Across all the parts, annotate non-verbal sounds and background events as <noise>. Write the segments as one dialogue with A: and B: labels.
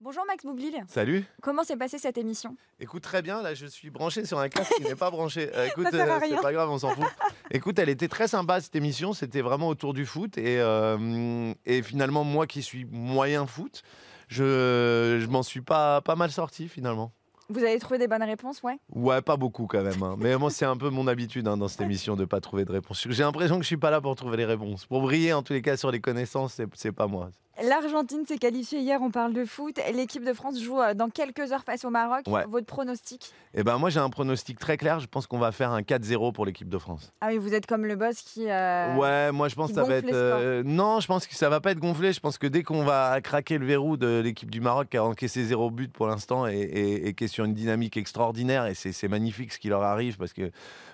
A: Bonjour Max Boublil.
B: Salut.
A: Comment s'est passée cette émission
B: Écoute très bien, là je suis branché sur un casque qui n'est pas branché.
A: <laughs>
B: Euh, écoute,
A: Ça sert à
B: euh,
A: rien.
B: c'est pas grave, on s'en
A: <laughs>
B: fout. Écoute, elle était très sympa cette émission, c'était vraiment autour du foot et, euh, et finalement moi qui suis moyen foot, je, je m'en suis pas, pas mal sorti finalement.
A: Vous avez trouvé des bonnes réponses, ouais
B: Ouais, pas beaucoup quand même. hein. Mais moi c'est un peu mon habitude hein, dans cette émission de pas trouver de réponse. J'ai l'impression que je suis pas là pour trouver les réponses. Pour briller en tous les cas sur les connaissances, c'est- c'est pas moi.
A: L'Argentine s'est qualifiée hier, on parle de foot. L'équipe de France joue euh, dans quelques heures face au Maroc.
B: Ouais.
A: Votre pronostic
B: Et ben moi j'ai un pronostic très clair, je pense qu'on va faire un 4-0 pour l'équipe de France.
A: Ah oui, vous êtes comme le boss qui... euh,
B: Ouais, moi je pense
A: qui
B: que ça va
A: gonfle
B: être.
A: les scores.
B: euh, non, je pense que ça va pas être gonflé. Je pense que dès qu'on va craquer le verrou de l'équipe du Maroc qui a encaissé zéro but pour l'instant et, et- et qui est sur une dynamique extraordinaire et c'est c'est magnifique ce qui leur arrive parce que.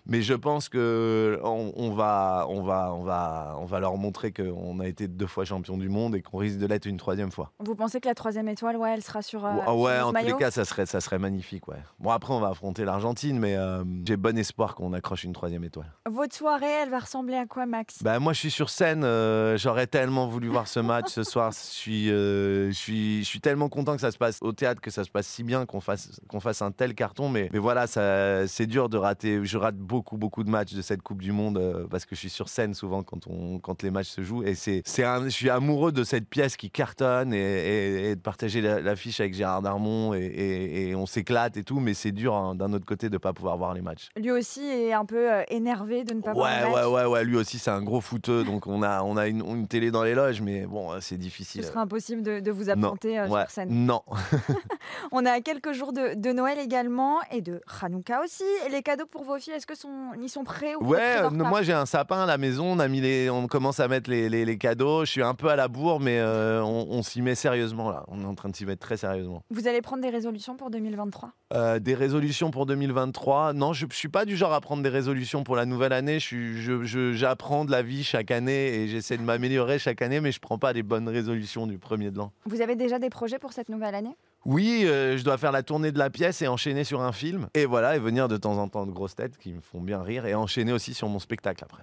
B: Mais je pense que on, on va, on va, on va, on va leur montrer qu'on a été deux fois champion du monde et qu'on risque de l'être une troisième fois.
A: Vous pensez que la troisième étoile, ouais, elle sera sur, euh,
B: Ouais,
A: sur
B: ouais,
A: notre
B: en tous
A: maillot
B: les cas, ça serait, ça serait magnifique. Ouais. Bon après, on va affronter l'Argentine, mais euh, j'ai bon espoir qu'on accroche une troisième étoile.
A: Votre soirée, elle va ressembler à quoi, Max
B: Bah, moi, je suis sur scène. euh, J'aurais tellement voulu voir ce match ce soir. Je suis, euh, je suis, je suis tellement content que ça se passe au théâtre, que ça se passe si bien, qu'on fasse, qu'on fasse un tel carton. Mais, mais voilà, ça- c'est dur de rater. Je rate beaucoup, beaucoup de matchs de cette Coupe du Monde euh, parce que je suis sur scène souvent quand, on, quand les matchs se jouent. Et c'est, c'est un- je suis amoureux de cette pièce qui cartonne et, et- et de partager la- l'affiche avec Gérard Darmon et, et- et on s'éclate et tout. Mais c'est dur hein, d'un autre côté de ne pas pouvoir voir les matchs.
A: Lui aussi est un peu euh, énervé de ne pas voir
B: Bah. Ouais,
A: le match.
B: ouais, ouais, ouais, lui aussi c'est un gros fouteux, donc on a, on a une, une télé dans les loges, mais bon, euh, c'est
A: Ce
B: difficile.
A: sera impossible de, de vous
B: Non,
A: absenter euh,
B: Ouais.
A: sur scène. <laughs>
B: Non,
A: On est à quelques jours de, de Noël également et de Hanouka aussi. Et les cadeaux pour vos filles, est-ce que sont, ils sont prêts ou
B: ouais,
A: peut-être
B: euh,
A: en retard
B: moi j'ai un sapin à la maison, on, a mis les, on commence à mettre les, les- les cadeaux, je suis un peu à la bourre, mais euh, on, on s'y met sérieusement là, on est en train de s'y mettre très sérieusement.
A: Vous allez prendre des résolutions pour 2023
B: Euh, des résolutions pour 2023, non, je, je suis pas du genre à prendre des résolutions pour la nouvelle année, je suis- je- je- j'apprends de la vie chaque année et j'essaie de m'améliorer chaque année, mais je prends pas les bonnes résolutions du premier de l'an.
A: Vous avez déjà des projets pour cette nouvelle année
B: Oui, euh, je dois faire la tournée de la pièce et enchaîner sur un film. Et voilà, et venir de temps en temps de grosses têtes qui me font bien rire et enchaîner aussi sur mon spectacle après.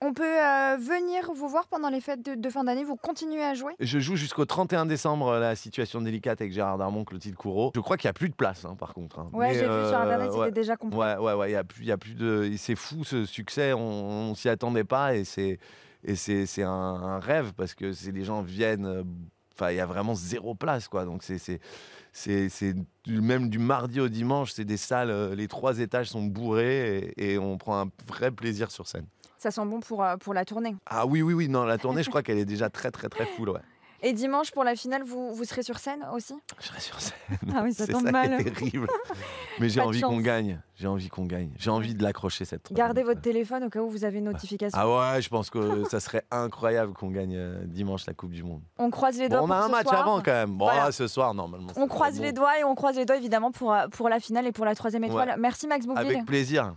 A: On peut euh, venir vous voir pendant les fêtes de, de fin d'année, vous continuez à jouer
B: Je joue jusqu'au 31 décembre euh, la situation délicate avec Gérard Darmon, Clotilde Courreau. Je crois qu'il n'y a plus de place hein, par contre. hein.
A: Ouais,
B: Mais,
A: j'ai vu
B: euh,
A: sur internet, c'était
B: ouais.
A: déjà complet.
B: Ouais, ouais, ouais, il y a plus, il y a plus de. C'est fou ce succès, on, on s'y attendait pas et c'est, et c'est, c'est un, un rêve parce que c'est les gens viennent. euh, Enfin, il y a vraiment zéro place, quoi. Donc c'est, c'est, c'est, c'est du- même du mardi au dimanche, c'est des salles. euh, Les trois étages sont bourrés et, et on prend un vrai plaisir sur scène.
A: Ça sent bon pour, euh, pour la tournée.
B: Ah oui, oui, oui. Non, la tournée, je crois qu'elle est déjà très, très, très full, ouais.
A: Et dimanche pour la finale, vous, vous serez sur scène aussi
B: <laughs> Je serai sur scène.
A: Ah oui,
B: c'est ça <laughs> qui est terrible.
A: <laughs>
B: Mais j'ai
A: Pas de
B: envie qu'on
A: chance.
B: gagne. J'ai envie qu'on gagne. J'ai envie de l'accrocher cette. troisième
A: Gardez
B: étoile.
A: votre téléphone au cas où vous avez une notification.
B: Ah ouais, je pense que ça serait incroyable qu'on gagne euh, dimanche la Coupe du Monde.
A: On croise les doigts
B: Bon, on a
A: pour
B: un
A: ce
B: match
A: soir. euh,
B: avant quand même. Bon,
A: Voilà.
B: là, ce soir, normalement. ça
A: On
B: serait
A: croise
B: bon.
A: les doigts et on croise les doigts évidemment pour, euh, pour la finale et pour la troisième étoile. Merci Max Boublil.
B: Avec plaisir.